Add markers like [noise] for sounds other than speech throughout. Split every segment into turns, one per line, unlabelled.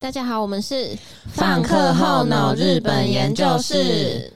大家好，我们是
放课后脑日本研究室。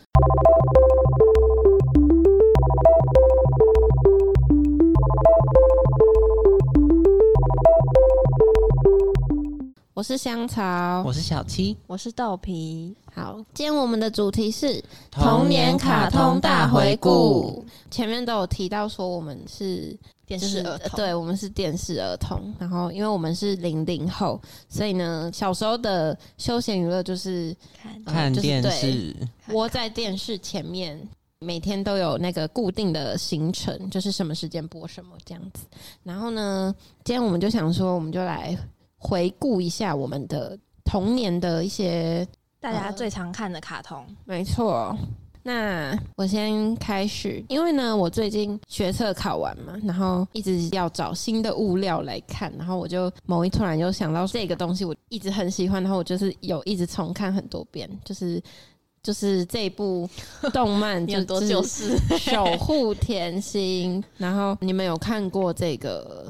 我是香草，
我是小七，
我是豆皮，
好，今天我们的主题是
童年卡通大回顾。
前面都有提到说我们是
电
就是
视儿童。
对，我们是电视儿童。然后因为我们是零零后，所以 [laughs] 呢，小时候的休闲娱乐就是
看
呃
看
就是
电
对
视，
窝在电视前面，每天都有那个固定的行程，就是什么时间播什么这样子。然后呢，今天我们就想说，我们就来回顾一下我们的童年的一些，
大家最常看的卡通，
没错。那我先开始，因为呢，我最近学测考完嘛，然后一直要找新的物料来看，然后我就某一突然又想到这个东西，我一直很喜欢，然后我就是有一直重看很多遍，就是 [laughs] 就是这一部动
[laughs]
漫
你
就
很多
就是
嗯就是
守护甜心。然后你们有看过这个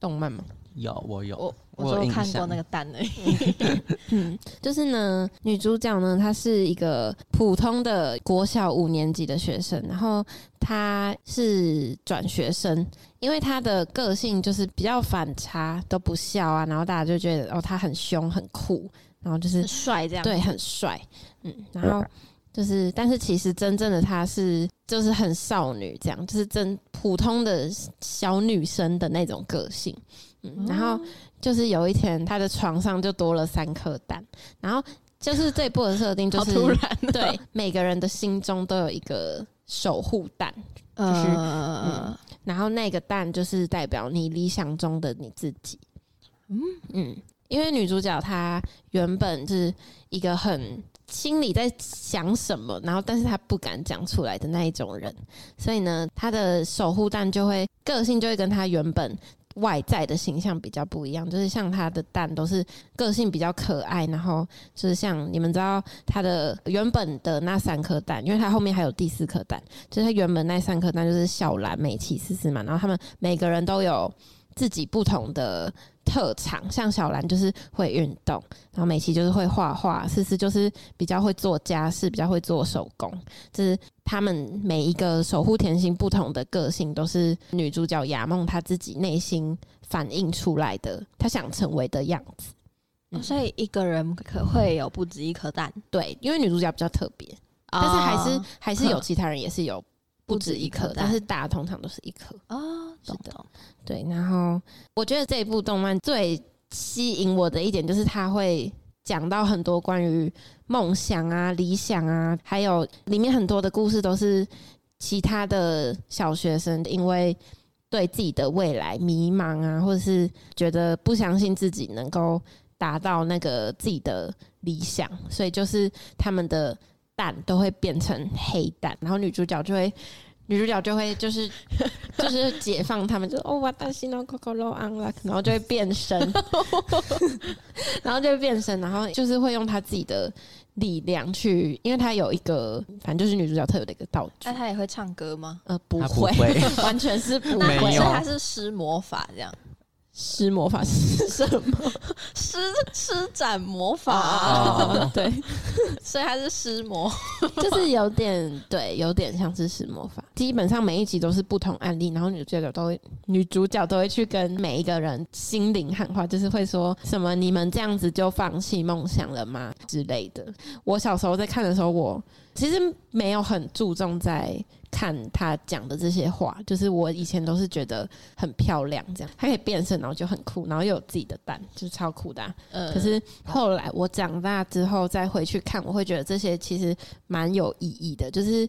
动漫吗？
有我有
我
我有
我
印
就看过
象
那个蛋而已。
嗯，就是呢，女主角呢，她是一个普通的国小五年级的学生，然后她是转学生，因为她的个性就是比较反差，都不笑啊，然后大家就觉得哦，她很凶很酷，然后就是
[laughs] 很帅这样，
对，很帅，嗯，然后就是，但是其实真正的她是就是很少女这样，就是真普通的小女生的那种个性，嗯，然
哦
后就是有一天她的床上就多了三颗蛋，然后就是这一部的设定就
好
是
突然 [laughs] 哦，
对每个人的心中都有一个守护蛋，
就是
嗯然后那个蛋就是代表你理想中的你自己。嗯
嗯
嗯，因为女主角她原本是一个很心里在想什么，然后但是她不敢讲出来的那一种人，所以呢，她的守护蛋就会个性就会跟她原本。外在的形象比较不一样，就是像她的蛋都是个性比较可爱，然后就是像你们知道她的原本的那三颗蛋，因为她后面还有第四颗蛋，就是他原本那三颗蛋就是小蓝、美琪、思思嘛，然后他们每个人都有自己不同的特长，像小兰就是会运动，然后美琪就是会画画，思思就是比较会做家事，比较会做手工，就是他们每一个守护甜心不同的个性，都是女主角雅梦她自己内心反映出来的，她想成为的样子。嗯
哦所以一个人可会有不止一颗蛋，
对，因为女主角比较特别，但是还是、
哦
还是有其他人也是有不止一颗
不止一颗，蛋
但是大家通常都是一颗。
哦，懂
是的
懂，
对，然后我觉得这一部动漫最吸引我的一点就是它会讲到很多关于梦想啊、理想啊，还有里面很多的故事都是其他的小学生因为对自己的未来迷茫啊，或者是觉得不相信自己能够达到那个自己的理想，所以就是他们的蛋都会变成黑蛋，然后女主角就会。女主角就会就是 [laughs] 就是解放他们，就哦哇大西诺 coco lo on 啦，然后就会变身，然后就会变身，然后就是会用她自己的力量去，因为她有一个反正就是女主角特有的一个道具
那，他也会唱歌吗？
呃不
他
会，
会
[laughs] 完全是不
那
没
所以
有
会
他是施魔法这样，
施魔法是什么？
[laughs] 施施展魔法啊，
哦，
[laughs] 对，
所以他是施魔。
就是有点对，有点像是施魔法。基本上每一集都是不同案例，然后女主角都会，女主角都会去跟每一个人心灵喊话，就是会说什么“你们这样子就放弃梦想了吗”之类的。我小时候在看的时候，我其实没有很注重在看她讲的这些话，就是我以前都是觉得很漂亮，这样她可以变身，然后就很酷，然后又有自己的蛋，就是超酷的啊、
[laughs] 嗯
可是后来我长大之后再回去看，我会觉得这些其实蛮有意义的，就是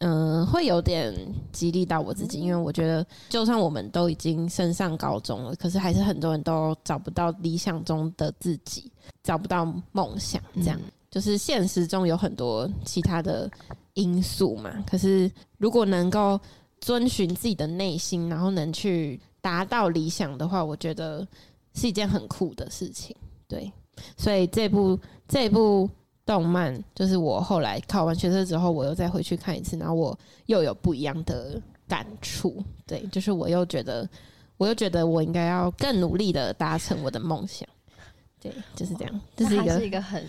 嗯、呃会有点激励到我自己，因为我觉得就算我们都已经升上高中了，可是还是很多人都找不到理想中的自己，找不到梦想，这样、就是现实中有很多其他的因素嘛。可是如果能够遵循自己的内心，然后能去达到理想的话，我觉得是一件很酷的事情。对，所以这部这部动漫就是我后来考完学测之后，我又再回去看一次，然后我又有不一样的感触。对，就是我又觉得，我又觉得我应该要更努力的达成我的梦想。对，就是这样，这
这
是一
还
个
是一个很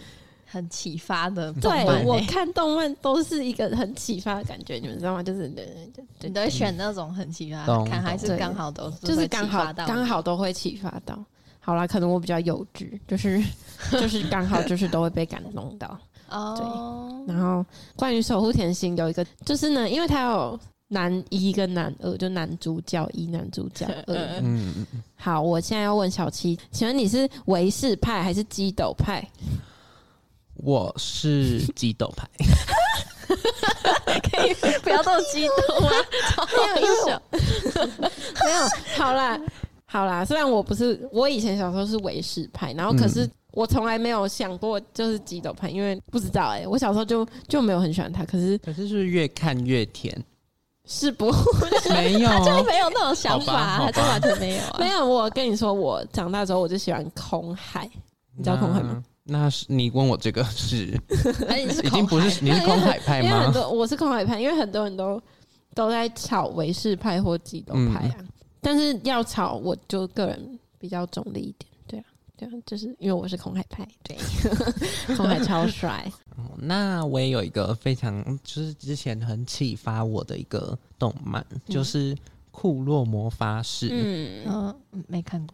很启发的动
对
漫欸
我看动漫都是一个很启发的感觉，你们知道吗？就是对对对
你都会选那种很启发
懂，
看还是
懂
刚好都
就是
会
刚
启
好
发到你
刚好都会启发到。好啦，可能我比较幼稚，就是 [laughs] 就是刚好就是都会被感动到。
哦，
然后关于守护甜心有一个，就是呢，因为他有男一跟男二，就男主角一、男主 [laughs] 角二。
嗯，嗯嗯
好，我现在要问小七，请问你是维氏派还是基斗派？
我是激斗派，
[laughs] 不要这么激动啊！
[laughs] 没有，因为我 [laughs] 没有。好啦，好啦，虽然我不是，我以前小时候是维氏派，然后可是我从来没有想过就是激斗派，因为不知道哎、我小时候就就没有很喜欢他，可是
可是是越看越甜，
是不。
没有
他 [laughs] 就没有那种想法啊，
哦好吧好吧
他就完全没有啊
[laughs] 没有。我跟你说，我长大之后我就喜欢空海，你知道空海吗？
那？那是你问我这个是
而且哎你是
已经不是你
因
是
为
空海
很
派
因为很
吗？
多我是空海派，因为很多人都都在炒维氏派或激斗
嗯
派啊，但是要炒我就个人比较中立一点，对啊，对啊，就是因为我是空海派，对， [laughs] 空海超帅，
那我也有一个非常，就是之前很启发我的一个动漫，就是《库洛魔法使》。
嗯，
嗯，没看 [laughs] 过，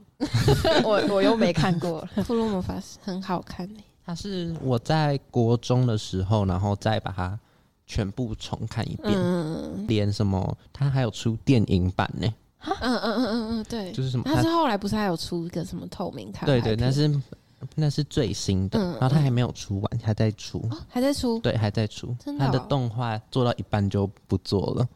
我我又没看过。
库洛魔法师很好看欸
它是我在国中的时候，然后再把它全部重看一遍，
嗯
连什么它还有出电影版呢，
嗯嗯嗯嗯嗯，对
就，是什么
他
它
是后来不是还有出一个什么透明卡牌
对
片？
对，那是那是最新的，
嗯
然后它还没有出完，还在出，
哦还在出，
对，还在出
真，的
它的
哦
动画做到一半就不做了。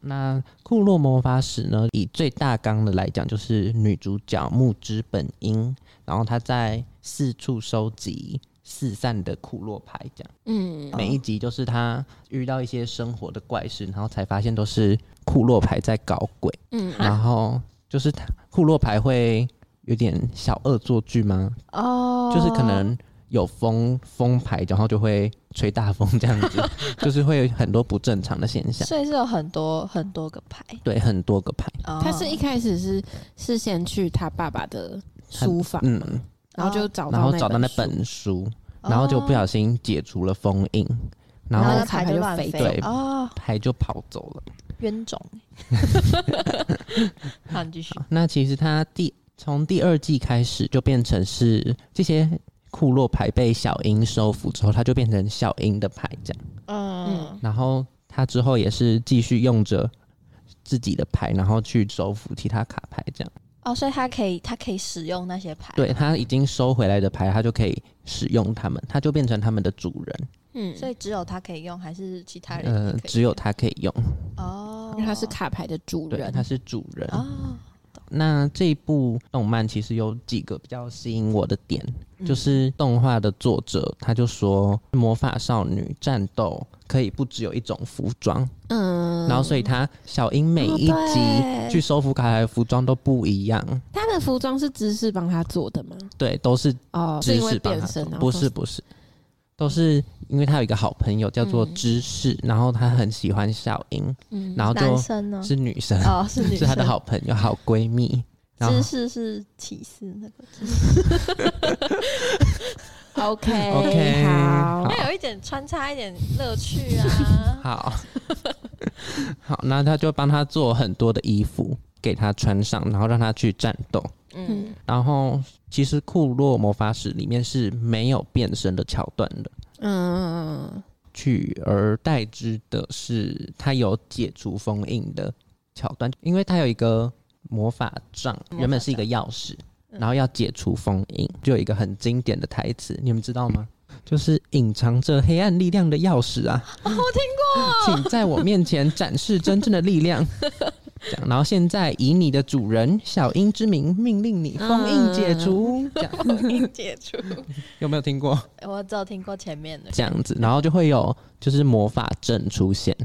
那《库洛魔法使》呢？以最大纲的来讲，就是女主角木之本樱，然后她在四处收集四散的库洛牌，这样。
嗯
每一集就是他遇到一些生活的怪事，然后才发现都是库洛牌在搞鬼，
嗯，
[laughs] 然后就是他库洛牌会有点小恶作剧吗？
哦
就是可能有风风牌，然后就会吹大风这样
[laughs]
子，就是会有很多不正常的现象。
所以是有很多很多个牌，
对，很多个牌，
他是一开始是是先去他爸爸的书房，
嗯，
然后就找到
然后找到那
书
本书，然后就不小心解除了封印，然
哦然
后
后
那牌就
然后
乱飞
卡
就乱飞
哦，
牌就跑走了。
冤种。 [laughs] 好，你继续。
那其实它第从第二季开始就变成是这些库洛牌被小樱收服之后，它就变成小樱的牌这样。
嗯，
然后它之后也是继续用着自己的牌，然后去收服其他卡牌这样。
哦，所以他可以他可以使用那些牌，
对，它已经收回来的牌，它就可以使用它们，它就变成他们的主人。
嗯，
所以只有他可以用，还是其他人啊也
呃
可以？，
只有它可以用，
哦
因为他是卡牌的主
对，
人
它。是主人。
哦，
那这一部动漫其实有几个比较吸引我的点，
嗯
就是动画的作者他就说，魔法少女战斗可以不只有一种服装，
嗯，
然后所以他小樱每一
哦
集
哎
对
去收服卡牌的服装都不一样，
他的服装是芝士帮他做的吗？
对，都是
哦，是
知
因为
识帮
变
他
身
做，
然后
不是不是，都是因为他有一个好朋友叫做
嗯
知识，然后他很喜欢小樱，
嗯
然后
男
就
生呢？
是女生， [laughs]
哦，是女
是她的
生
好朋友、好闺蜜，然后
知识是歧视那个知识，
OK
OK，
好
好，
那有一点穿插一点乐趣 [laughs] 啊。
[laughs] 好，好，那他就帮他做很多的衣服给他穿上，然后让他去战斗。
嗯
嗯，
然后其实库洛魔法使里面是没有变身的桥段的，
嗯
取而代之的是他有解除封印的桥段，因为他有一个魔法杖，
魔法
原本是一个钥匙，
嗯
然后要解除封印，就有一个很经典的台词，你们知道吗？就是隐藏着黑暗力量的钥匙啊！我
哦
听过，请在我面前展示真正的力
[laughs]
量。这样，然后现在以你的主人小樱之名命令
嗯
你封印解除，这样
封印解除，
有没有听
[laughs]
过？
我只有听过前面的，
这样子，然后就会有就是魔法阵出现。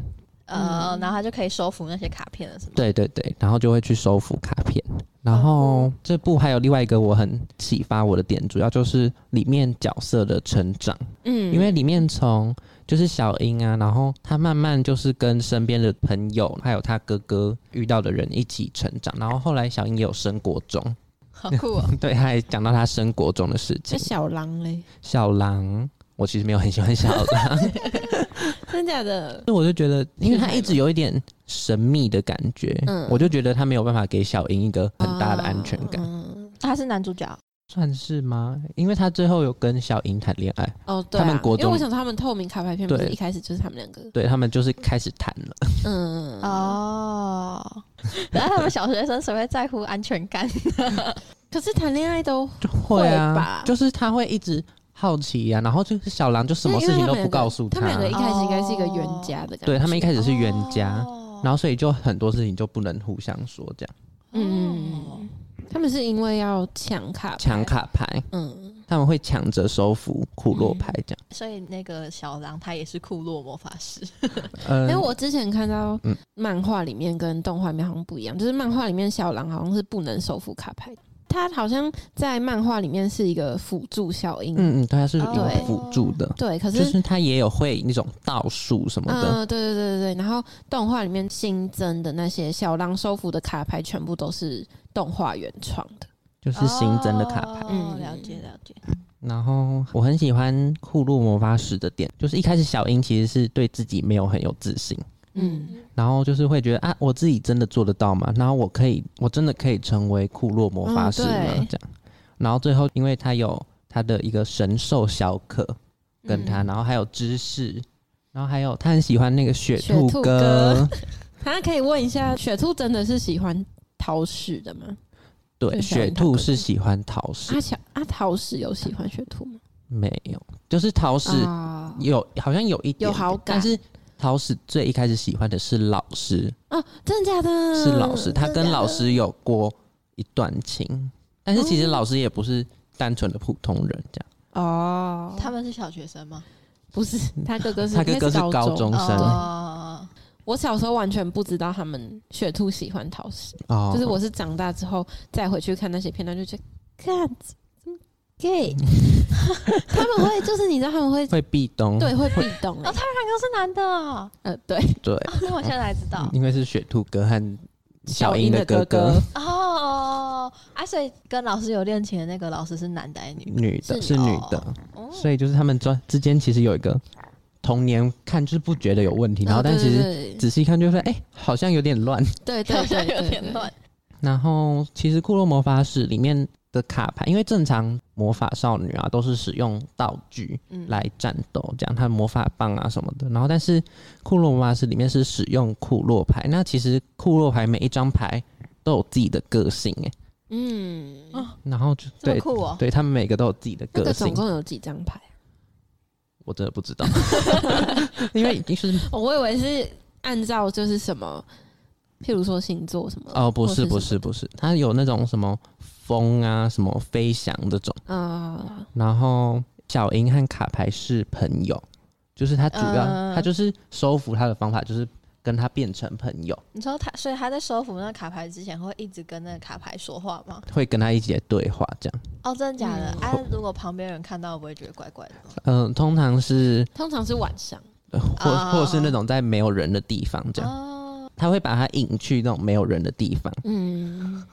呃，然后他就可以收服那些卡片了，是吗？
对对对，然后就会去收服卡片。然
嗯
后这部还有另外一个我很启发我的点，主要就是里面角色的成长，
嗯
因为里面从就是小樱啊，然后她慢慢就是跟身边的朋友还有她哥哥遇到的人一起成长，然后后来小樱也有升国中， [laughs]
好酷哦！
对，他还讲到他升国中的事
这
情。
小狼嘞，
小狼，我其实没有很喜欢小
[laughs]
狼，
真假的？
所以我就觉得，因为他一直有一点神秘的感觉，
嗯
我就觉得他没有办法给小英一个很大的安全感，
嗯
他是男主角，
算是吗？因为他最后有跟小英谈恋爱，
哦，对、啊，
他们国中
因为我想说他们透明卡牌片不是
对
一开始就是他们两个，
对他们就是开始谈了。
嗯，
哦，然后他们小学生谁会在乎安全感？
可是谈恋爱都
就 [laughs] 会
会
啊
吧，
就是他会一直好奇啊呀、然后就是小狼就什么
因为
事情
他
都
们两个
不告诉啊
他们两个一开始应该是一个
哦
冤家的感觉，
对他们一开始是冤家，
哦
然后所以就很多事情就不能互相说，这样
哦
嗯，他们是因为要抢卡牌
抢，卡牌，
嗯，
他们会抢着收服库洛牌这样。
所以那个小狼他也是库洛魔法师，
因
嗯，
为哎我之前看到
嗯
漫画里面跟动画里面好像不一样，就是漫画里面小狼好像是不能收服卡牌，他好像在漫画里面是一个辅助效应，
嗯嗯，对，他是有
对
辅助的，
哦对，可是
就是他也有会那种道术什么的。
嗯，对对对对对。然后动画里面新增的那些小狼收服的卡牌，全部都是动画原创的。
就是新增的卡牌，
嗯，
嗯
了解了解。
然后我很喜欢库洛魔法使的点，就是一开始小樱其实是对自己没有很有自信，
嗯，
然后就是会觉得啊，我自己真的做得到吗？然后我可以，我真的可以成为库洛魔法师吗？
嗯对
这样，然后最后因为他有他的一个神兽小可跟他，
嗯
然后还有芝士，然后还有他很喜欢那个雪兔
雪兔
哥
哥，他可以问一下，雪兔真的是喜欢桃矢的吗？
对，
就喜欢
雪兔是喜欢桃矢，
阿小阿桃矢有喜欢雪兔吗？
没有，就是桃矢
啊
有、好像有一点
有好感
但是桃矢最一开始喜欢的是老师，
哦，真的假的？
是老师，他
真的
跟
假的
老师有过一段情，但是
嗯
其实老师也不是单纯的普通人，这样，
哦，
他们是小学生吗？
不
[laughs]
是他哥哥是
他哥哥
应
是
该
高
高
中生
哦，
我小时候完全不知道他们雪兔喜欢桃矢。
哦
就是我是长大之后再回去看那些片段，就觉得看怎么
[laughs]
gay，他们会就是你知道他们会
会壁咚，
对会壁咚、欸
哦，他们两个是男的哦，
呃对，
对，
那哦我现在才知道。
因为是雪兔哥和小英的哥
哦小英的
哦，啊，所以跟老师有恋情的那个老师是男的还是女的？
女的
是
是女的，
哦
所以就是他们之之间其实有一个童年看就是不觉得有问题，
嗯
然后但其实
实
仔细看就会哎、好像有点乱。
哦对对
好
对
像
对
[laughs] 有
对
点乱
对，。
然后其实库洛魔法使里面的卡牌，因为正常魔法少女啊都是使用道具
嗯
来战斗，这样她魔法棒啊什么的。然后但是库洛魔法使里面是使用库洛牌，那其实库洛牌每一张牌都有自己的个性哎、
嗯，
哦
然后就
这么
对
酷哦！
对他们每个都有自己的
那
个
个
性
总，共有几张牌？
我真的不知道， [laughs] 因为就是
哦我以为是按照就是什么，譬如说星座什么
哦，不
或
是
是
不是不是，它有那种什么风啊、什么飞翔这种，
啊，
然后小樱和卡牌是朋友，就是他主要、
嗯
他就是收服他的方法就是跟他变成朋友，
你说他，所以他在收服那个卡牌之前，会一直跟那个卡牌说话吗？
会跟他一起对话这样。
哦，真的假的？
嗯
啊，如果旁边人看到，不会觉得怪怪的吗？
嗯，通常是
通常是晚上
呃或、
哦
或是那种在没有人的地方这样，
哦，
他会把他引去那种没有人的地方。
嗯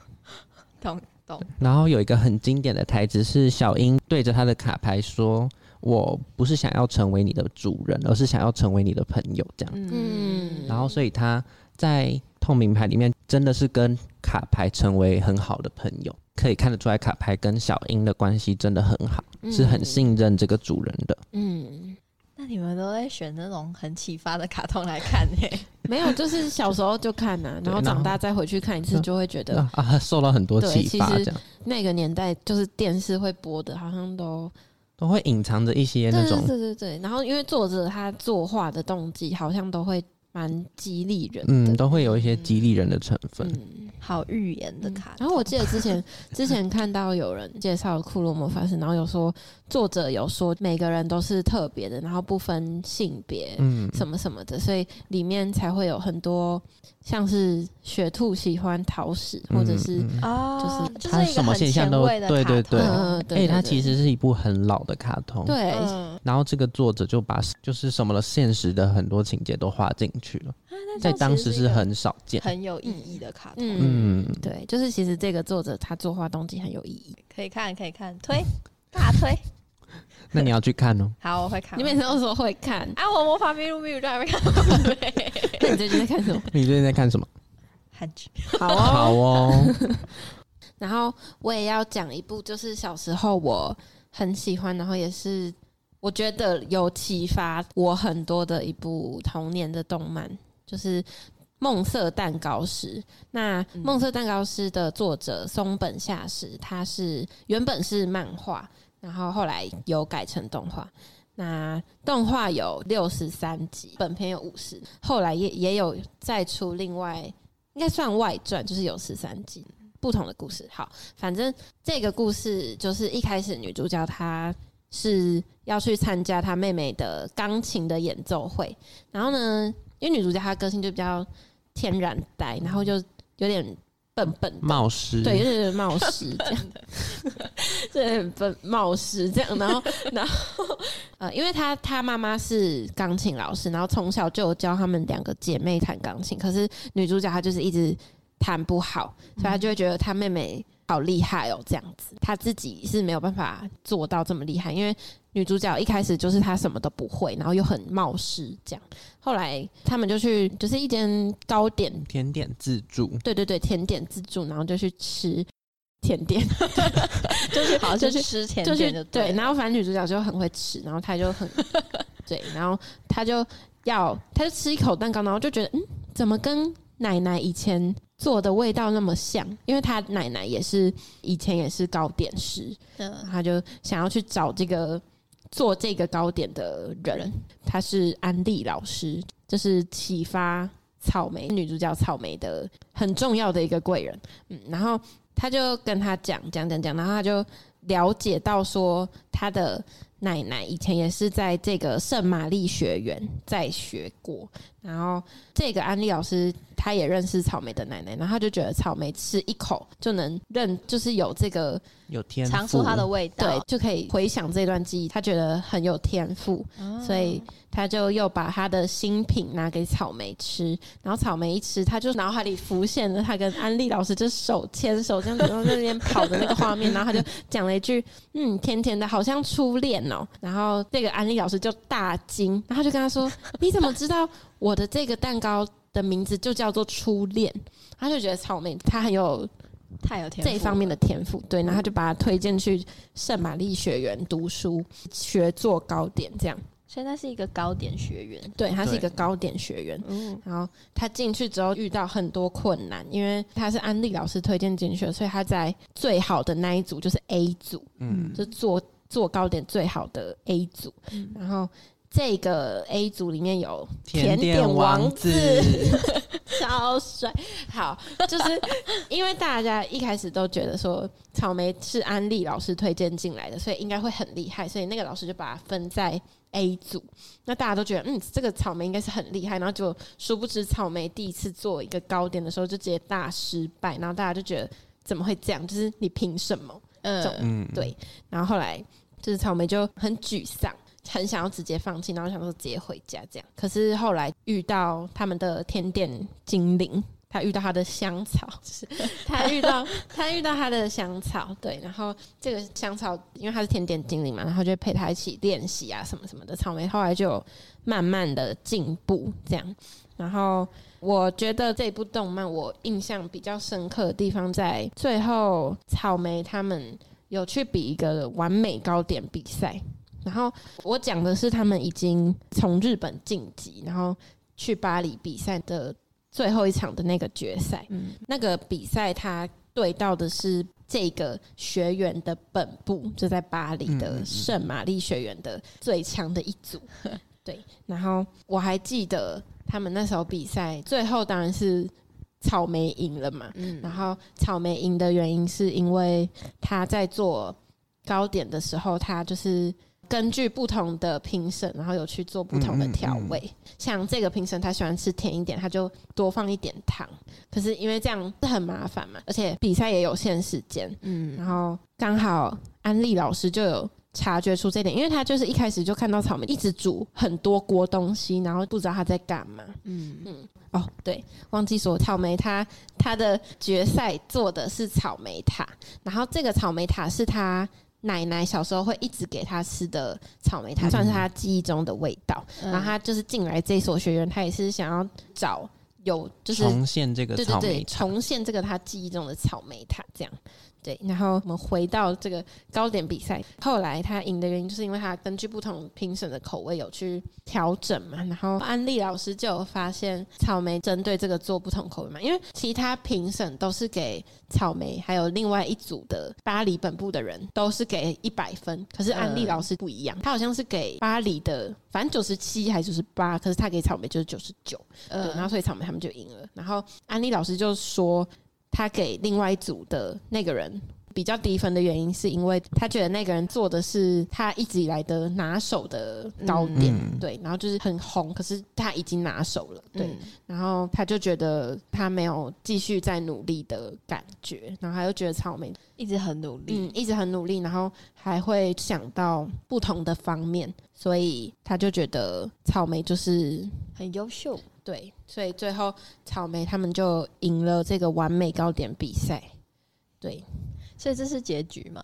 懂懂。
然后有一个很经典的台词是小英对着他的卡牌说：“我不是想要成为你的主人，而是想要成为你的朋友。”这样，
嗯，
然后所以他在透明牌里面真的是跟卡牌成为很好的朋友，可以看得出来卡牌跟小英的关系真的很好，是很信任这个主人的。
嗯。嗯
那你们都会选那种很启发的卡通来看耶、
没有，就是小时候就看呐、
对
然后
然后
长大再回去看一次，就会觉得
啊啊， [laughs] 受到很多
对
启发，
其实
这样
那个年代就是电视会播的，好像都
都会隐藏着一些
对
那
对
种
对对对。然后因为作者他作画的动机好像都会蛮激励人的，
嗯，都会有一些激励人的成分。
嗯
[laughs] 好预言的卡通。
然后我记得之
[laughs]
前之前看到有人介绍库洛魔法师，然后有说作者有说每个人都是特别的，然后不分性别。
嗯，
什么什么的，所以里面才会有很多像是雪兔喜欢桃矢，或者是啊
嗯嗯
哦，
就是
就
它
是一
什
个
么
很
现象
前
都
卫的
对
卡
对
通。
对
嗯，
而
对，
且
对
它
对
哎其实是一部很老的卡通，
对，
嗯
然后这个作者就把就是什么的现实的很多情节都画进去了，
那这
在
样
当
其实
时
是一
是
个
很少见。
很有意义的卡通，
嗯，
嗯，
对，就是其实这个作者他作画动机很有意义。
可以看可以看，推大推，
那你要去看哦。
好我会看。
你每次都说会 [laughs] 看，
啊，我魔法咪路咪路都还没看完呢，
那你最近在看什么？
你最近在看什么？
韩剧
好
好哦，
[laughs] 然后我也要讲一部，就是小时候我很喜欢，然后也是我觉得有启发我很多的一部童年的动漫，就是《梦色蛋糕师》。那《
嗯
梦色蛋糕师》的作者松本夏实，他是原本是漫画，然后后来有改成动画。那动画有六十三集，本片有五十，后来也也有再出另外，应该算外传，就是有十三集不同的故事。好，反正这个故事就是一开始女主角她是要去参加她妹妹的钢琴的演奏会，然后呢，因为女主角她个性就比较天然呆，然后就有点笨笨的，
冒失。
对，有点 [laughs] 冒失这样，对，有点冒失这样。然后，然后，呃，因为她她妈妈是钢琴老师，然后从小就有教她们两个姐妹弹钢琴。可是女主角她就是一直弹不好，所以她就会觉得她妹妹好厉害哦，这样子。她自己是没有办法做到这么厉害，因为女主角一开始就是她什么都不会，然后又很冒失这样。后来他们就去就是一间糕点
甜点自助，
对对对，甜点自助，然后就去吃甜点，
就是好
就
就是是吃甜
就
点
去
的
对，然后反正女主角就很会吃，然后她就很对，然后她就要她就吃一口蛋糕，然后就觉得嗯，怎么跟奶奶以前做的味道那么像？因为她奶奶也是以前也是糕点师，
嗯
他就想要去找这个做这个糕点的人，他是安利老师，就是启发草莓女主角草莓的很重要的一个贵人。嗯，然后他就跟他讲讲讲讲，然后他就了解到说他的奶奶以前也是在这个圣玛丽学园在学过，然后这个安利老师他也认识草莓的奶奶，然后他就觉得草莓吃一口就能认，就是有这个
有天
尝出它的味
对
道，，
就可以回想这段记忆，他觉得很有天赋，
嗯
所以他就又把他的新品拿给草莓吃，然后草莓一吃，他就脑海里浮现了他跟安利老师就手牵手这样子然后在那边跑的那个画面，然后他就讲了一句：“嗯，甜甜的，好像初恋哦。”然后这个安利老师就大惊，然后他就跟他说：“你怎么知道我的这个蛋糕的名字就叫做初恋？”他就觉得草莓他很有
太有甜
这一方面的嗯天赋，对，然后他就把他推荐去圣玛丽学园读书，学做糕点，这样，
所以那是一个糕点学院。
对，他是一个
对
糕点学员。
嗯，
然后他进去之后遇到很多困难，因为他是安利老师推荐进去的，所以他在最好的那一组就是 A 组，
嗯，
就做做糕点最好的 A 组。然后这个 A 组里面有
甜点王子，
[laughs] 超帅。好，就是因为大家一开始都觉得说草莓是安利老师推荐进来的，所以应该会很厉害，所以那个老师就把它分在 A 组。那大家都觉得，嗯，这个草莓应该是很厉害，然后就殊不知草莓第一次做一个糕点的时候就直接大失败，然后大家就觉得怎么会这样？就是你凭什么？
嗯，
嗯，
对，然后后来就是草莓就很沮丧，很想要直接放弃，然后想说直接回家这样。可是后来遇到他们的甜点精灵，他遇到他的香草，就是
[laughs]
他遇到他遇到他的香草，对，然后这个香草因为他是甜点精灵嘛，然后就会陪他一起练习啊什么什么的。草莓后来就有慢慢的进步这样，然后。我觉得这部动漫我印象比较深刻的地方在最后草莓他们有去比一个完美糕点比赛，然后我讲的是他们已经从日本晋级，然后去巴黎比赛的最后一场的那个决赛。
嗯
那个比赛他对到的是这个学员的本部，就在巴黎
嗯嗯
的
嗯
圣玛丽学员的最强的一组。 [laughs] 对，然后我还记得他们那时候比赛，最后当然是草莓赢了嘛。
嗯
然后草莓赢的原因是因为他在做糕点的时候，他就是根据不同的评审，然后有去做不同的调味。像这个评审他喜欢吃甜一点，他就多放一点糖。可是因为这样很麻烦嘛，而且比赛也有限时间，
嗯
然后刚好安利老师就有察觉出这点，因为他就是一开始就看到草莓一直煮很多锅东西，然后不知道他在干嘛。
嗯，
哦，对，忘记说草莓它它的决赛做的是草莓塔，然后这个草莓塔是他奶奶小时候会一直给他吃的草莓
嗯
塔，算是他记忆中的味道。然后他就是进来这所学院，他也是想要找有就是
重现这个
对对
草
对
莓，
重现这个他记忆中的草莓塔这样。对，然后我们回到这个糕点比赛，后来他赢的原因就是因为他根据不同评审的口味有去调整嘛，然后安利老师就有发现草莓针对这个做不同口味嘛，因为其他评审都是给草莓，还有另外一组的巴黎本部的人都是给一百分，可是安利
嗯
老师不一样，他好像是给巴黎的，反正九十七还是九十八，可是他给草莓就是九十九，对，然后
嗯，
所以草莓他们就赢了。然后安利老师就说，他给另外一组的那个人比较低分的原因，是因为他觉得那个人做的是他一直以来的拿手的糕点，
嗯
对，然后就是很红，可是他已经拿手了，对，
嗯，
然后他就觉得他没有继续再努力的感觉，然后他又觉得草莓
一直很努力，
嗯，一直很努力，然后还会想到不同的方面，所以他就觉得草莓就是
很优秀。
对，所以最后草莓他们就赢了这个完美糕点比赛。对
所以这是结局嘛？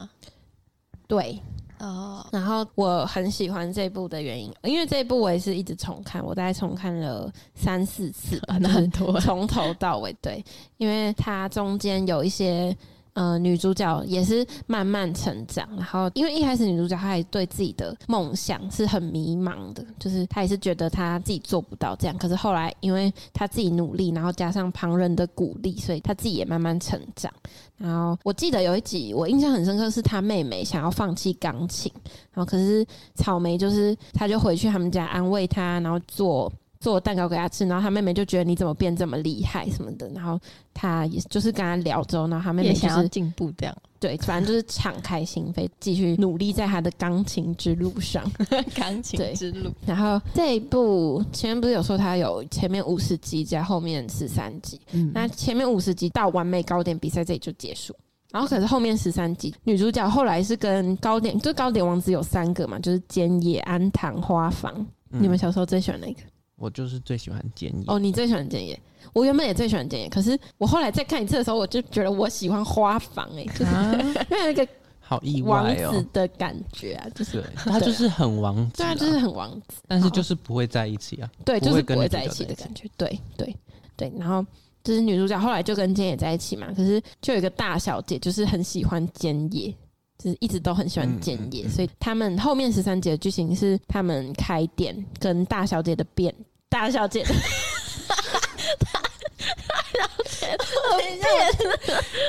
对，
哦，
然后我很喜欢这部的原因，因为这一部我也是一直重看，我大概重看了三四次吧，
[laughs] 那很多
就是从头到尾。对，因为它中间有一些。呃，女主角也是慢慢成长，然后因为一开始女主角她还对自己的梦想是很迷茫的，就是她也是觉得她自己做不到这样，可是后来因为她自己努力，然后加上旁人的鼓励，所以她自己也慢慢成长。然后我记得有一集我印象很深刻，是她妹妹想要放弃钢琴，然后可是草莓就是，他就回去他们家安慰他，然后做 [laughs] 做蛋糕给他吃，然后他妹妹就觉得你怎么变这么厉害什么的，然后他也就是跟他聊之后，然后他妹妹
也
就
想要
是
进步这样。
对，反正就是敞开心扉，继续努力在他的钢琴之路上。
[laughs] 钢
对
琴之路，
然后这一部前面不是有说它有前面五十集加后面十三集，
嗯
那前面五十集到完美糕点比赛这里就结束。然后可是后面十三集，女主角后来是跟糕点，就糕点王子有三个嘛，就是菅野、安堂、花房。
嗯
你们小时候最喜欢哪一个？
我就是最喜欢建议。
哦，你最喜欢菅野。我原本也最喜欢菅野，可是我后来再看一次的时候，我就觉得我喜欢花房哎、就是
啊，
[laughs] 因为有一个
好意
王
外
子
哦！
的感觉啊，就是 [laughs]
对，他就是很王子
对
啊，
啊，就是很王子，
但是就是不会在一起
[laughs]
啊。
对，
不
就
会
是不
跟
会
女主
在一
角
起
在
的
一起
感觉，对对对，然后。就是女主角后来就跟菅野在一起嘛，可是就有一个大小姐，就是很喜欢菅野，就是一直都很喜欢
嗯
菅
嗯
野，
嗯
所以他们后面十三集的剧情是他们开店跟大小姐的变，大小姐的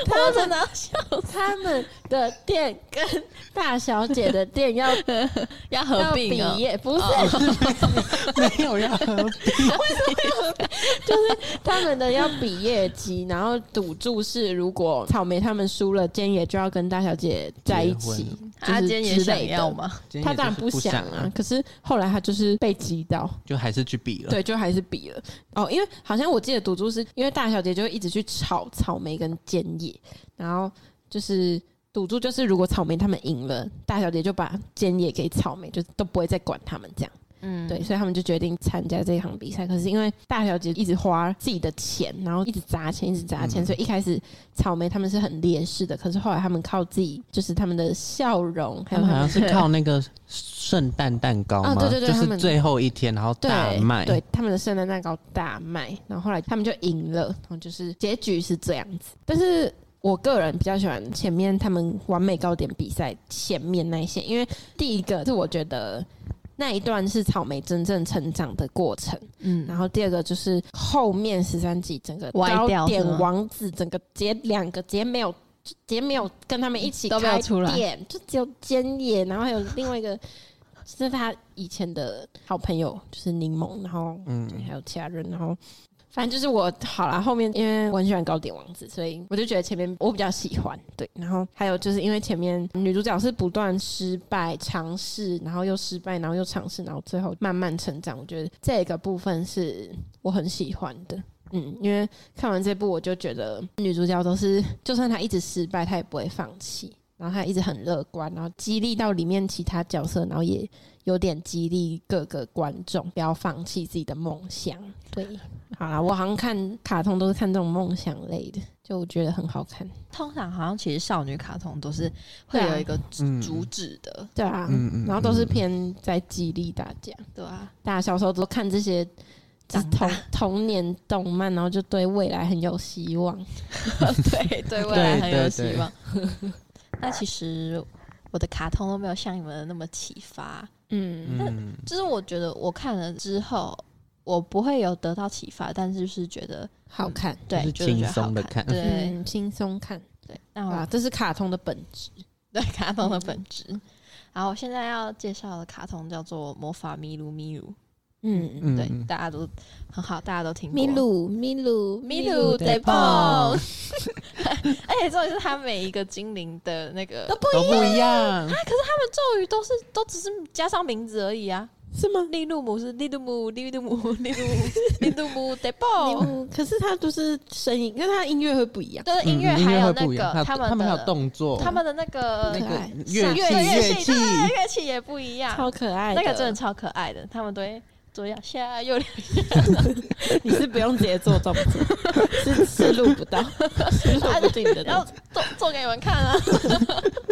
他真的要笑
[laughs] 他们的店跟大小姐的店 [laughs] 要
[laughs] 要
要
合
比
并哦，
耶，不是
没有要合
他们的要比业绩，然后赌注是如果草莓他们输了，菅野就要跟大小姐在一起
结婚。
就是
阿坚也
之类
想
的
要吗？
兼
他
也
当然
就是不
想
啊
啊，，可是后来他就是被击到，
就还是去比了。，
对，就还是比了。哦，因为好像我记得赌注是因为大小姐就一直去吵草莓跟菅野，然后就是赌注就是如果草莓他们赢了，大小姐就把菅野给草莓，就都不会再管他们这样。
嗯，
对，所以他们就决定参加这一场比赛。可是因为大小姐一直花自己的钱，然后一直砸钱，一直砸钱，
嗯
所以一开始草莓他们是很劣势的。可是后来他们靠自己，就是他们的笑容，还
他
有
们好
他
像
们
是靠那个圣诞蛋糕
啊
嘛，
对对对
就
他们
是最后一天，然后大
对
卖。
对他们的圣诞蛋糕大卖，然后后来他们就赢了，然后就是结局是这样子。但是我个人比较喜欢前面他们完美糕点比赛前面那一些，因为第一个是我觉得那一段是草莓真正成长的过程。
嗯，
然后第二个就是后面十三集整个
歪
糕
掉是
点
吗
王子整个姐两个姐没有姐没有跟他们一起
都没有
开
出来
店，就只有菅野，然后还有另外一个是他以前的好朋友，就是柠檬，然后
嗯
对，还有其他人，然后。反正就是我好啦，后面因为我很喜欢糕点王子，所以我就觉得前面我比较喜欢对。然后还有就是因为前面女主角是不断失败、尝试，然后又失败，然后又尝试，然后最后慢慢成长。我觉得这个部分是我很喜欢的。嗯，因为看完这部，我就觉得女主角都是，就算她一直失败，她也不会放弃。然后他一直很乐观，然后激励到里面其他角色，然后也有点激励各个观众不要放弃自己的梦想。对， [laughs] 好啦，我好像看卡通都是看这种梦想类的，就我觉得很好看。
通常好像其实少女卡通都是会
对啊
有一个
嗯
主旨的，
对啊，
嗯嗯
然后都是
嗯
偏在激励大家，
[laughs]
对啊，
大家小时候都看这些。就是
长大
童童年动漫，然后就对未来很有希望。
对对，未
对
来很有
对
希
对 [laughs]
望。那其实我的卡通都没有像你们那么启发，
嗯，
嗯，
就是我觉得我看了之后，我不会有得到启发，但是就是觉得
好看，
就
对，
是
就是觉得
轻松
好
地看
看，对
嗯，轻松看，
对。那我
哇，这是卡通的本质。
对卡通
嗯
的本质。然后我现在要介绍的卡通叫做《魔法咪噜咪噜》，
嗯，
嗯
对，
嗯
大家都很好，大家都听过。
米鲁，米鲁，
咪噜得
棒
蹦， [laughs] 而且重点是它每一个精灵的那个
都
都不一样，
咒语都是都只是加上名字而已啊。
是吗？
利路姆是利路姆，利路姆，利路姆，利路姆得
[laughs]
蹦。
哦，可是它就是声音，跟它的音乐会不一样。
对，音乐
嗯
还有
会
那
不一样还
个
有
们
他们还
的
有动作，
他们的那个
那
可爱
个乐器
上乐
乐
器
器，
对乐器也不一样，
超可爱的，
那个真的超可爱的，他们都会左右下右两
你是不用直接做动
[laughs]
作，是是录不到，是录不进的动
然后
作。
做做给你们看啊。 [laughs]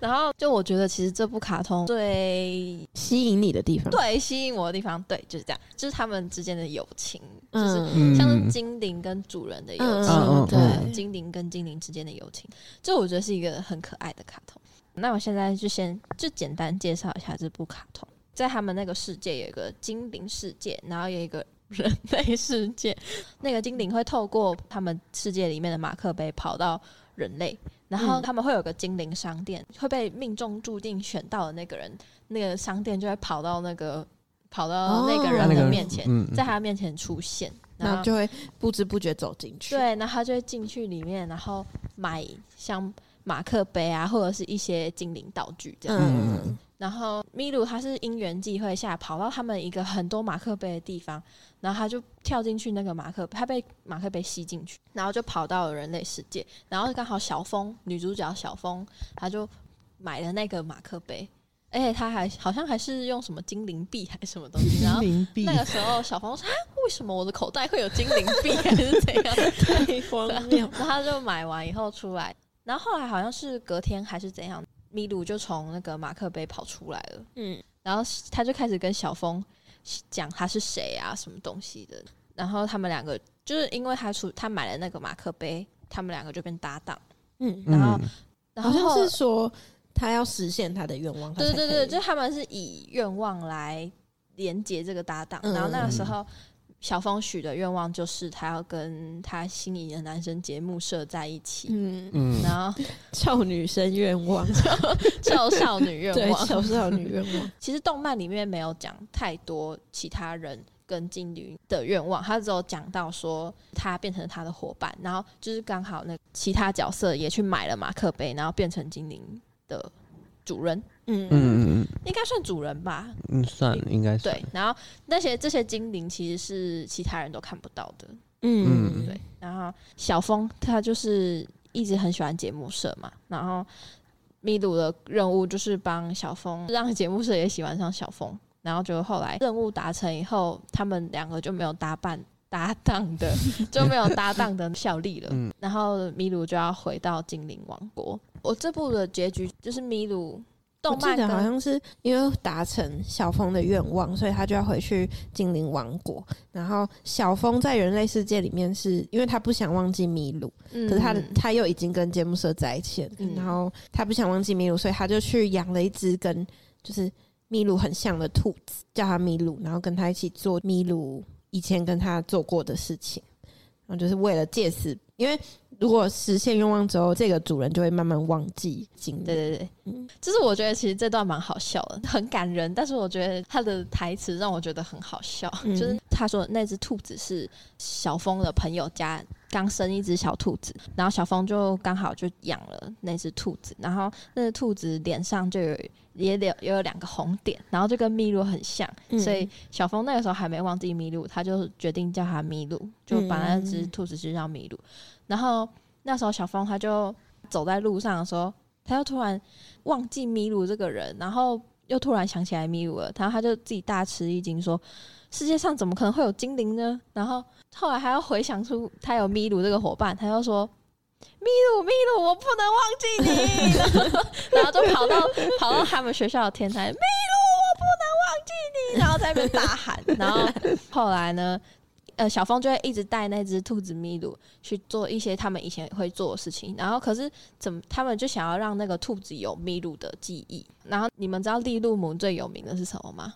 然后就我觉得其实这部卡通最
吸引你的地方，
对吸引我的地方，对就是这样，就是他们之间的友情，就是
嗯，
像是精灵跟主人的友情，
嗯嗯
对，
精灵跟精灵之间的友情，这我觉得是一个很可爱的卡通。那我现在就先就简单介绍一下这部卡通，在他们那个世界有一个精灵世界，然后有一个人类世界。那个精灵会透过他们世界里面的马克杯跑到人类，然后
嗯
他们会有个精灵商店，会被命中注定选到的那个人，那个商店就会跑到那个跑到那个
哦
人
那
的
个
面前，
嗯
在他面前出现，然
然
后
后就会不知不觉走进去。
对，啊然后他就会进去里面，然后买像马克杯啊，或者是一些精灵道具这样。
嗯，
然后米鲁他是因缘际会下跑到他们一个很多马克杯的地方，然后他就跳进去那个马克，他被马克杯吸进去，然后就跑到了人类世界。然后刚好小风女主角小风，她就买了那个马克杯，而且她还好像还是用什么精灵币还是什么东
[laughs]
西，然后
灵币
那个时候，小峰说：“啊，为什么我的口袋会有精灵币还是怎
[laughs]
样？”
太荒谬。
然后他就买完以后出来，然后后来好像是隔天还是怎样，米鲁就从那个马克杯跑出来了，
嗯，
然后他就开始跟小峰讲他是谁啊，什么东西的。然后他们两个就是因为他出他买了那个马克杯，他们两个就变搭档。
嗯，
嗯
然后然
好
后
像
后
是说他要实现他的愿望，他
对
才
对
可
对，
以
就他们是以愿望来连接这个搭档。
嗯
然后那个时候，小峰许的愿望就是他要跟他心仪的男生节目社在一起，
嗯，
嗯，
然 [laughs] 后
少女生愿望，
受少女愿
对，
望。
少少女愿
[laughs]
望，
其实动漫里面没有讲太多其他人跟金鱼的愿望，他只有讲到说他变成他的伙伴，然后就是刚好那其他角色也去买了马克杯，然后变成精灵的主人，
嗯
嗯嗯
应该算主人吧？
嗯，算应该算
对，然后那些这些精灵其实是其他人都看不到的，
嗯，
对。然后小峰他就是一直很喜欢节目社嘛，然后米鲁的任务就是帮小峰让节目社也喜欢上小峰，然后就后来任务达成以后，他们两个就没有搭伴搭档的就没有搭档的效力了。
嗯
然后米鲁就要回到精灵王国。我这部的结局就是米鲁
我
动
记
漫
得
跟
好像是因为达成小峰的愿望，所以他就要回去精灵王国。然后小峰在人类世界里面是，因为他不想忘记麋鹿，
嗯
可是他、他又已经跟节目社在一起了，
嗯
然后他不想忘记麋鹿，所以他就去养了一只跟就是麋鹿很像的兔子，叫它麋鹿，然后跟他一起做麋鹿以前跟他做过的事情，然后就是为了借此，因为如果实现愿望之后，这个主人就会慢慢忘记精灵。
对对对，
嗯
就是我觉得其实这段蛮好笑的， [laughs] 很感人，但是我觉得他的台词让我觉得很好笑，
嗯
就是他说那只兔子是小峰的朋友家刚生一只小兔子，然后小峰就刚好就养了那只兔子，然后那只兔子脸上就有也有也有两个红点，然后就跟麋鹿很像，
嗯
所以小峰那个时候还没忘记麋鹿，他就决定叫它麋鹿，就把那只兔子就叫麋鹿。然后那时候小峰他就走在路上的时候，他又突然忘记米鲁这个人，然后又突然想起来米鲁了，然后他就自己大吃一惊，说世界上怎么可能会有精灵呢？然后后来还要回想出他有米鲁这个伙伴，他又说。米鲁，米鲁，我不能忘记你， [laughs] 然后然后就跑到跑到他们学校的天台，米鲁，我不能忘记你，然后在那边大喊，然后后来呢，呃，小峰就会一直带那只兔子米鲁去做一些他们以前会做的事情，然后可是怎么他们就想要让那个兔子有米鲁的记忆，然后你们知道利路姆最有名的是什么吗？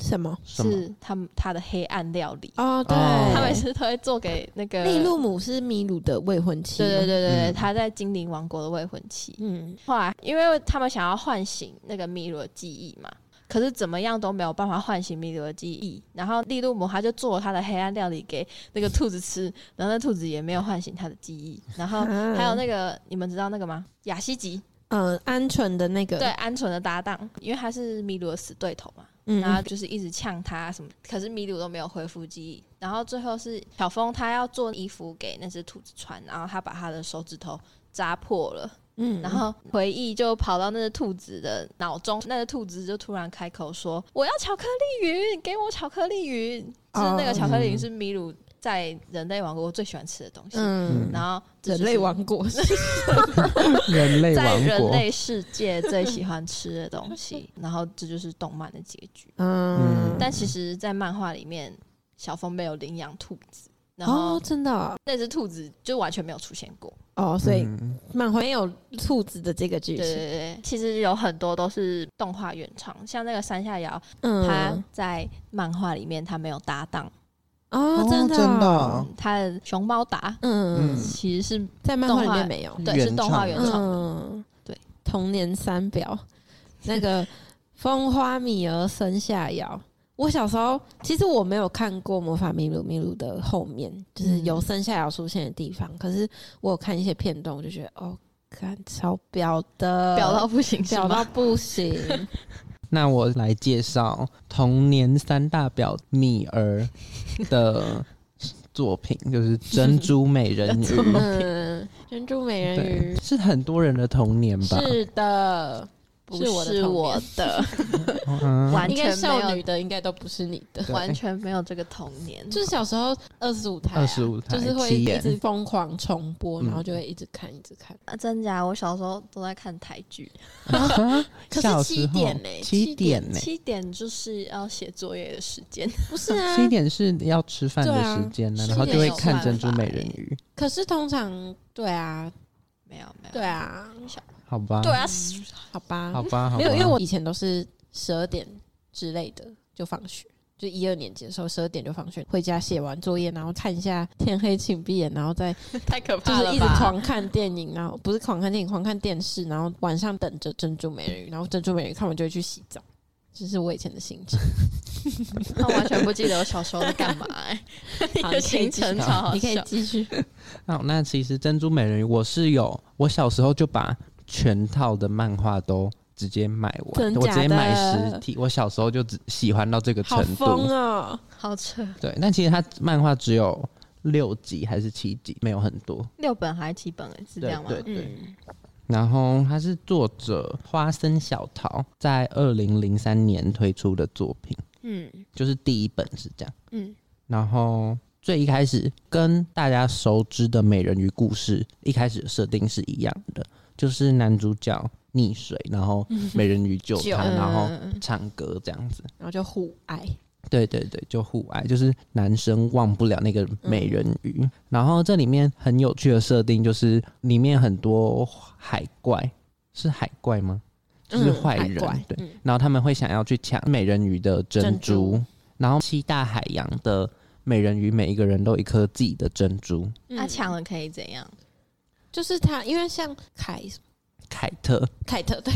什么？
什么
是他们他的黑暗料理，
哦，对，
哦
他每次都会做给那个
利路姆是米鲁的未婚妻，
对对对，对对，
嗯
他在精灵王国的未婚妻，
嗯，
后来，因为他们想要唤醒那个米罗的记忆嘛，可是怎么样都没有办法唤醒米罗的记忆。然后利路姆他就做了他的黑暗料理给那个兔子吃，然后那兔子也没有唤醒他的记忆。然后
啊
还有那个你们知道那个吗？雅西吉
嗯，鹌鹑的那个，
对，鹌鹑的搭档，因为他是米罗的死对头嘛。
嗯，
然后就是一直呛他什么，可是米鲁都没有恢复记忆。然后最后是小峰他要做衣服给那只兔子穿，然后他把他的手指头扎破了，
嗯
然后回忆就跑到那只兔子的脑中，那只兔子就突然开口说：“我要巧克力云，给我巧克力云。”就是
哦
那个巧克力云是米鲁在人类王国最喜欢吃的东西。
嗯，
然后这
人
就是
类王国是
人类
在
王
人
国，嗯
类世界最喜欢吃的东西， [laughs] 然后这就是动漫的结局。
嗯，
但其实，在漫画里面，小峰没有领养兔子，然
哦
后，
真的哦
那只兔子就完全没有出现过。
哦，所以
嗯
漫画没有兔子的这个剧
对对
情，
对，对其实有很多都是动画原创，像那个山下遥，他
嗯，
在漫画里面他没有搭档，
哦，
哦
真的哦，
真的哦
嗯他的熊猫达
嗯，
嗯
其实是
在漫画里面没有，
对是动画原
原
创的，
嗯，
对，
童年三表， [laughs] 那个风花米儿生下摇。我小时候其实我没有看过《魔法咪路咪路》的后面，就是
嗯
有生下摇出现的地方。可是我有看一些片段，我就觉得哦，看超表的，
表到不行，
表到
是吗
不行。
[laughs] 那我来介绍童年三大表米儿的作品，就是《珍珠美
[laughs]
人鱼》
嗯，珍珠美人
对
鱼，
是很多人的童年吧？
是的，
不
是我的
是
童年
我 [laughs] 的，
嗯
完
应该
全没
少女
有，
的应该都不是你的。
对
完全没有这个童年，
就是小时候二十五台啊、
25台
就是会
七
一
眼 [laughs]
直 [laughs] 疯狂重播，
嗯
然后就会一直看，一直看。
啊真假？我小时候都在看台剧，
啊
可是
小
七
时候
点欸
七
七
点呢、
七点就是要写作业的时间， [laughs]
不是啊，
七点是要吃饭
对
的
啊
时间呢、
七
然后
点
就会
有
看《
办
珍珠
法
美
欸
人鱼
可是通常对啊，
没有没有，
对啊，》，
好吧？
对啊， [laughs]
好吧，
好吧，好吧，
没有，因为我以前都是十二点之类的就放学。就一二年级的时候，十二点就放学，回家写完作业，然后看一下天黑请闭眼，然后再
太可
就
怕
是
了
一直
吧？
狂看电影，然后不是狂看电影，狂看电视，然后晚上等着珍珠美人鱼，然后珍珠美人鱼看完就会去洗澡，这是我以前的行程。
他完全不记得我小时候在 [laughs] 干嘛，哎你
好
的行程超好
你可以
笑。
继续，
那那其实《珍珠美人鱼》我是有，我小时候就把全套的漫画都直接买完，
真
我直
假
接买
的
实体。我小时候就只喜欢到这个
好
程
疯
度。
哦！
好扯，
对，但其实它漫画只有六集还是七集，没有很多。
六本还是几本？哎，是这
对
样吗？
对对。
嗯，
然后它是作者花生小桃在二零零三年推出的作品，
嗯
就是第一本是这样。
嗯，
然后最一开始跟大家熟知的美人鱼故事一开始的设定是一样的，就是男主角溺水，然后美人鱼救
就
他，啊然后
嗯
唱歌这样子。
然后就互爱，
对对对，就互爱，就是男生忘不了那个美人鱼。然后这里面很有趣的设定就是里面很多海怪，是海怪吗？就是
嗯
坏
海
人，
怪
对。
嗯
然后他们会想要去抢美人鱼的珍珠，
珍珠
然后七大海洋的美人鱼每一个人都有一颗自己的珍珠。
嗯
他啊抢了可以怎样？
就是他，因为像凯
凯特，
凯特 [laughs] 对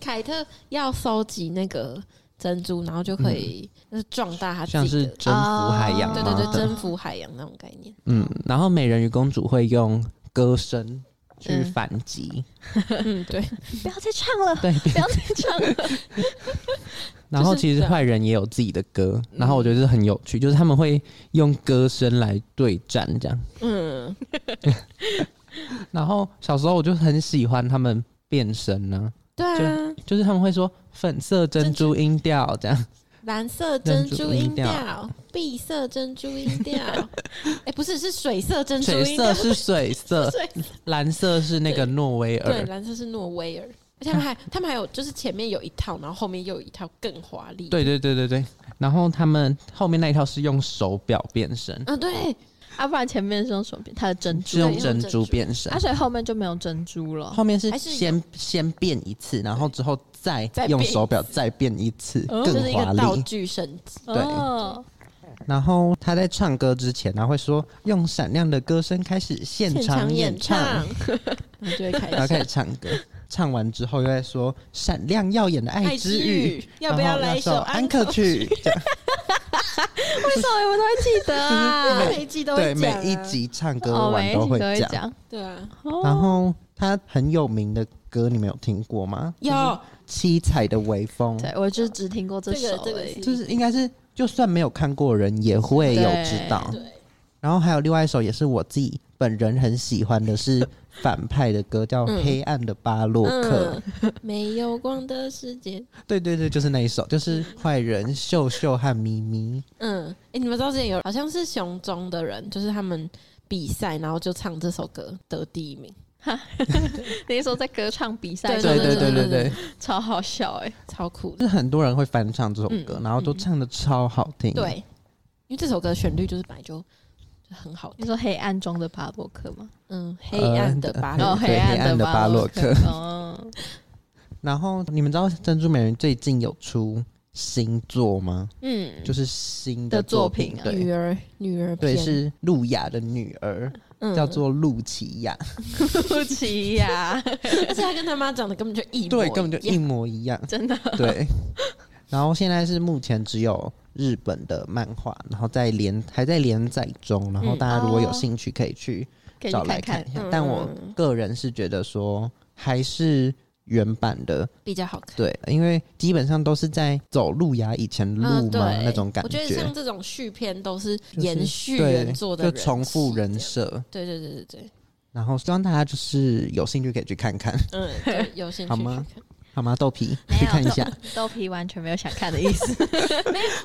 凯特要收集那个珍珠，然后就可以就是壮大他
嗯像
啊自
是
己
啊
的，
征服海洋
哦
嘛
对对对，
的
征服海洋那种概念。
嗯，然后美人鱼公主会用歌声去
嗯
反击，
[laughs] 嗯，对，
不要再唱了，
[laughs]
[laughs]
[laughs]
对，
不要再唱 [laughs] 了。
然后
就是
其实
这样
坏人也有自己的歌，然后我觉得很有趣，就是他们会用歌声来对战这样。
嗯
然后小时候我就很喜欢他们变身呢、
对啊，
就是他们会说粉色珍珠音调这样，
蓝色珍珠音调，碧色珍珠音调，
[laughs]
哎、不是，是水色珍珠
水
音
色
调，
是水
[laughs]
色，
水
蓝色是那个诺威
对，
尔。
蓝色是诺威尔，而且他们还他们还有就是前面有一套，然后后面又有一套更华丽。
对对对对对，然后他们后面那一套是用手表变身，
啊，对，
啊，不然前面是用什么变？它的珍珠
是，用
对用
珍
珍
珠
珠
变身
啊，，所以后面就没有珍珠了。
后面是
还是有
先先变一次，然后之后再
再变
用
一次
手表再变一次，
哦
嗯就
更
是一
华
个道
丽。
具升级。
对
哦
然后他在唱歌之前，他会说用闪亮的歌声开始现场演唱，， [laughs]
然后就会开
然后
始。
开始唱歌。唱完之后又在说闪亮耀眼的爱之语，
要不
然后
来一
首
首
安
可
可？曲？这样
为什么我都会记得啊？
每一季都会
对，每
讲啊
一集唱歌
哦，
完
每一
都
集
会
都会
讲。
讲。
对啊，
然
哦，
后他很有名的歌，你们有听过吗？
有
七彩的微风，
对我就只听过这
这
首欸
个这个
而已
就是应该是就算没有看过的人也会有知道。
对，
然后还有另外一首也是我自己本人很喜欢的是反派的歌，叫
嗯
《黑暗的巴洛克》。
嗯，没有光的世界。
对对对，就是那一首，就是坏人秀秀和咪咪。
嗯，哎、你们知道之前有好像是熊中的人，就是他们比赛，然后就唱这首歌得第一名，
那时候在歌唱比赛
对
中，
对对对
对
对对，
超好笑哎！
超酷
就
的。
是很多人会翻唱这首歌，
嗯
然后都唱的超好听。
嗯
对，因为这首歌旋律就是本来就就很好
你
听。
说黑暗中的巴洛克吗？
嗯，黑暗的巴
呃
洛
哦，
克，
对
暗
黑暗的巴
巴
洛克
克。哦，
然后你们知道珍珠美人最近有出新作吗？
嗯，
就是新
的
作
作品啊
对
女儿女儿
对，
篇
是路雅的女儿，
嗯 [laughs]
叫做路奇雅，
不奇呀， [laughs]
而且他跟他妈长得根本就一模
对，根本就
一
一
样
模
[laughs]
一样。
真的
对，然后现在是目前只有日本的漫画，然后在连还在连载中，然后
嗯
大家如果有
哦
兴趣可以去
可以
找
去
来
看
看
看
一。下
嗯。
但我个人是觉得说还是原版的，
比较好看。
对，因为基本上都是在走路呀以前路
嗯，对
嘛、那种感
我觉得像这种续篇都是
就是
延续
对
原作的
就
人
重复
气
人
这样
设。
对对对对
[laughs]
对，
然后希望大家就是有兴趣可以去看看， [laughs]
嗯，对有兴趣
好
去
吗
看。
好吗？豆皮
没有
去看一下，
豆皮完全没有想看的意思。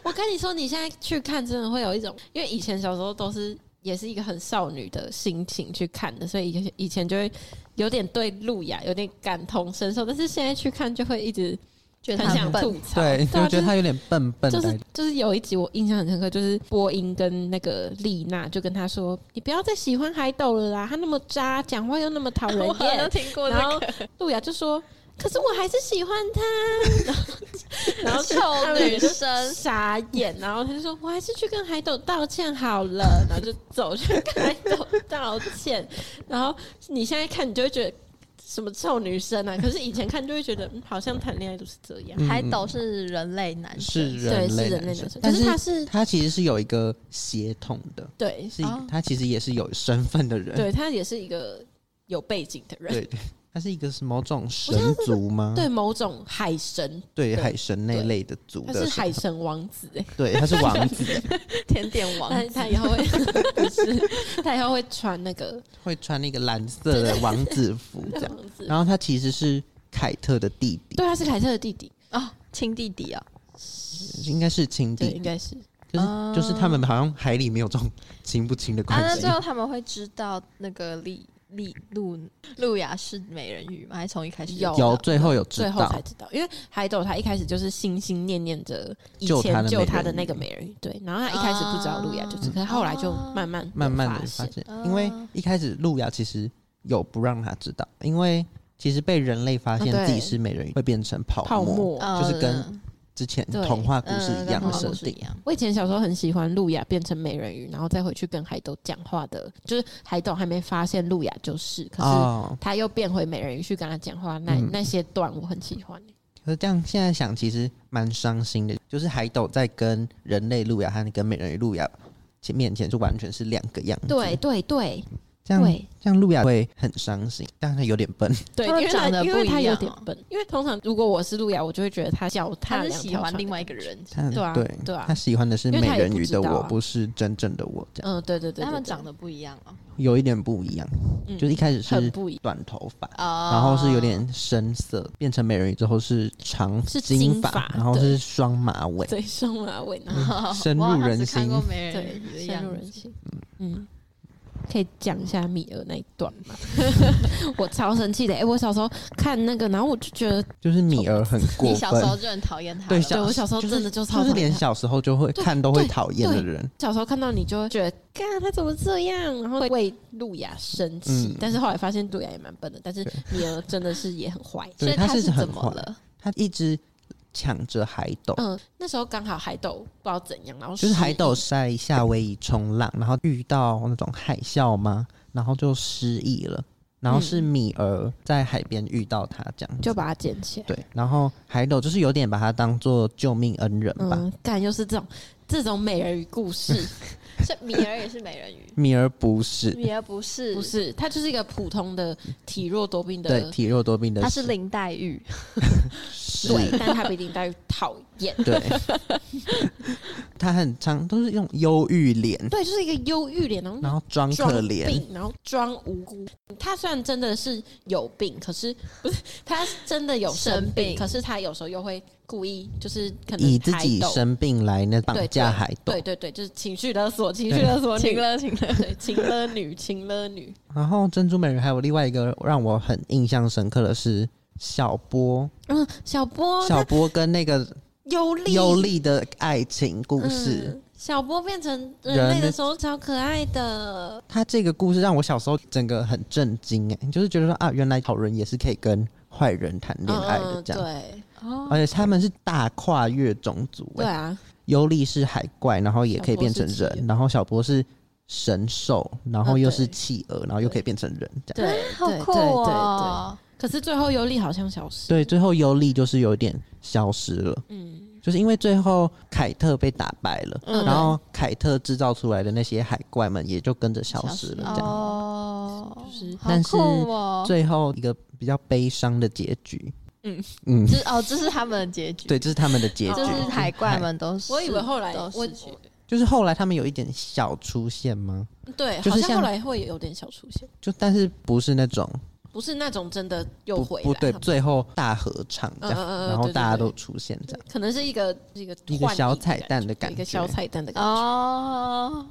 我跟你说，你现在去看，真的会有一种，因为以前小时候都是也是一个很少女的心情去看的，所以以前以前就会有点对路雅有点感同身受，但是现在去看就会一直
觉得
很
他
想
笨
吐槽。
[laughs] 对，
啊
就觉得他有点笨笨
就
的，
是就是有一集我印象很深刻，就是波音跟那个丽娜就跟他说：“你不要再喜欢海斗了啦，他那么渣，讲话又那么讨人
[laughs] 我好像
厌。
听”过这
然
个
后路雅就说：“可是我还是喜欢他。”然后
臭女
嗯
生，
傻眼，然后他就说：“我还是去跟海斗道歉好了。”然后就走去跟海斗道歉。然后你现在看，你就会觉得什么臭女生啊？可是以前看就会觉得，嗯、好像谈恋爱都是这样。
嗯
[laughs] 海斗是人类男
是
生，
对，
人
是
类
人类
男
男生，可
但
是
是
他是
他其实是有一个血统的，
对
是一
哦
他其实也是有身份的人，
对他也是一个有背景的人，
对对，他是一个是某种
我知道
神
这个
族吗？
对某种海神，
对，
对
海神那
对
类的族
他
的
是海
神，
神王子哎、
对，
[laughs]
他是王子，
甜点王
他他以
[laughs]
后会不是他以后会穿那个
会穿那个蓝色的王子服这样。
王子，
然后他其实是凯特的弟弟，
对，他是凯特的弟弟，
哦，亲弟弟啊，
应该是亲
对，
弟
应，该是
就是
哦
就是他们好像海里没有这种亲不亲的
啊，
关
那
系
最。后他们会知道那个丽丽露露雅是美人鱼吗？还是从一开始就
有
知道
有最后有知
最后才
道，
知道，因为海斗他一开始就是心心念念着以
救他
前
的
救
美
他
人
的
鱼
那个美人鱼，对，然后他一开始不知道路亚就是，可是后来就慢慢
慢慢
发
的发
现，
现，
哦
因为一开始路亚其实有不让他知道，因为其实被人类发现
啊对
自己是美人鱼会变成泡
泡沫。
哦
就是跟
嗯
之前
对嗯
童话故事一
跟
样的
童话
设
故
定。
定。
我以前小时候很喜欢路亚变成美人鱼，然后再回去跟海斗讲话的，就是海斗还没发现路亚就是，可是
哦，
他又变回美人鱼去跟他讲话，那、
嗯
那些段我很喜欢、
可是这样现在想，其实蛮伤心的。就是海斗在跟人类路亚和跟美人鱼路亚面前，就完全是两个样子。
对对对，
这样
对
这样路亚会很伤心，但是有点笨。
对，
他们
因为
长
他
得
因
不
为
一
他有
样
点
哦
笨，因为通常如果我是路亚，我就会觉得他脚踏
他是
两
喜
条
欢
船
另
的
外一
感
个
觉。
人，
他
对啊
对
对啊
他喜欢的是
因为
美
他也
人
不
鱼
知
的
道
我，
啊
不是真正的我，这样
嗯，对对对，
但他们
对
长得不一样啊，
有一点不一样。
嗯
就是一开始
很
是
不哦一样，
短头发，
啊
然后是有点深色，变成美人鱼之后是长
是
金
金发
然后是双马尾，
对双马尾，然后
嗯深入人心。
对
对，
深入人心，嗯。可以讲一下米儿那一段吗？ [laughs] 我超生气的！哎、我小时候看那个，然后我就觉得，
就是米儿很过
你小时候
分，
就很讨厌他了，
对
对
小
我小时候
就
真的就超
就是
讨厌
连
他
小时候就会
对
看都会讨厌的
对
人，
小时候看到你就会觉得，干他怎么这样，然后会为路亚生气。
嗯
但是后来发现路亚也蛮笨的，但是
对
米儿真的是也很坏。
所以
对他
是
是很
怎么
坏
[laughs] 了？
他一直抢着海斗，
嗯，那时候刚好海斗不知道怎样，然后
就是海
失忆
斗在夏威夷冲浪，然后遇到那种海啸嘛，然后就失忆了。然后是
嗯
米儿在海边遇到他，这样子
就把他捡起来。
对。然后海斗就是有点把他当做救命恩人吧。，
嗯，干又是这种这种美人鱼故事，
这米儿也是美人鱼
米儿不是，
米儿不是
不，是他就是一个普通的体弱多病
对
的
体弱多病的，
她是林黛玉，
是
对，但他比林黛玉讨厌。
对， [laughs] 他很常都是用忧郁脸，
[laughs] 对，就是一个忧郁脸，然后
然后装
装
可怜，
病，然后装无辜。他虽然真的是有病，可是不是他真的有生
生病
可是他有时候又会故意就是可能
以自
抬
己
抖
生病来那
对
绑
对
架海斗
对。对对，就是情绪勒索，情绪
对
勒索女，[laughs]
哦了请了，
对，情勒女，情勒女，
然后珍珠美人还有另外一个让我很印象深刻的是小波，
嗯，小波
小
她
波跟那个
忧力
优丽的爱情故事。
嗯小波变成人
人
类的
类
时候超可爱的，
他这个故事让我小时候整个很震惊哎、就是觉得说啊，原来好人也是可以跟坏人谈恋爱的
嗯
这样，
对
哦，
而且他们是大跨越种族
对
哎、
啊，
尤利是海怪，然后也可以变
小
成
波是企
人
鹅，
然后小波是神兽，然后又是
啊对
企鹅，然后又可以变成人这样。
对，
好
对
酷
对对
哦！
对可是最后尤力好像消失，
对，最后尤利就是有点消失了，
嗯，
就是因为最后凯特被打败了，
嗯
然后凯特制造出来的那些海怪们也就跟着消
消
失
失
了
了
这样。
哦，
就是
好
但是
酷哦！
最后一个比较悲伤的结局。
嗯哦
嗯，
这哦，这是他们的结局，
对，，这是他们的结局。
就
这
是海怪们都是，
我以为后来
都
我
失去了
就是后来他们有一点小出现吗？
对，
就是
好像
像
后来会有点小出现，
就但是不是那种
不是那种真的又
不
回来，
不对，
他们
最后大合唱这
嗯
样，
嗯嗯嗯
然后
对对
大家
对
都出现这样，
可能是一个一个
一个
幻
小
影的
彩蛋的
感
感
觉，一
觉。
个小彩蛋的感觉。
哦，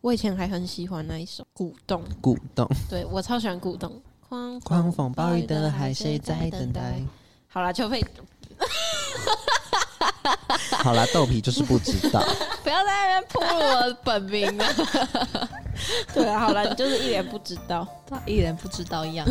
我以前还很喜欢那一首《鼓动》，
鼓动，
对我超喜欢《鼓动》。狂
狂风暴雨的海，
谁
谁在等待？
好啦，邱佩，
好啦，豆皮就是不知道。
不要在那边暴露我本名啊 [laughs] 了，
对啊，好啦，你就是一脸不知道。
一人不知道一样。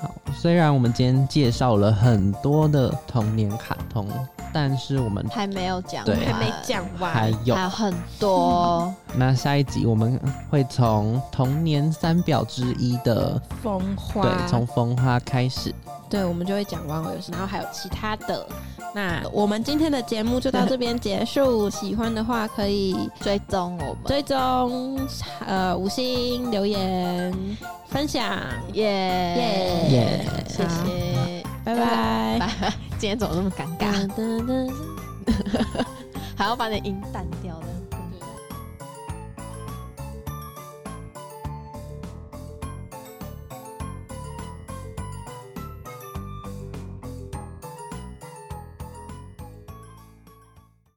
好，虽然我们今天介绍了很多的童年卡通，但是我们
还没有讲
对啊
完，
还没讲
还
完，
有
还有很多。
那下一集我们会从童年三表之一的，
风花，
对，从风花开始。
对，我们就会讲玩偶游戏，然后还有其他的。那我们今天的节目就到这边结束， [laughs] 喜欢的话可以
追踪我们，
追踪呃五星留言分享，
耶
耶
耶
谢谢，
拜拜。
嗯拜拜。今天怎么那么尴尬？
噔噔噔
还要把你的音淡掉。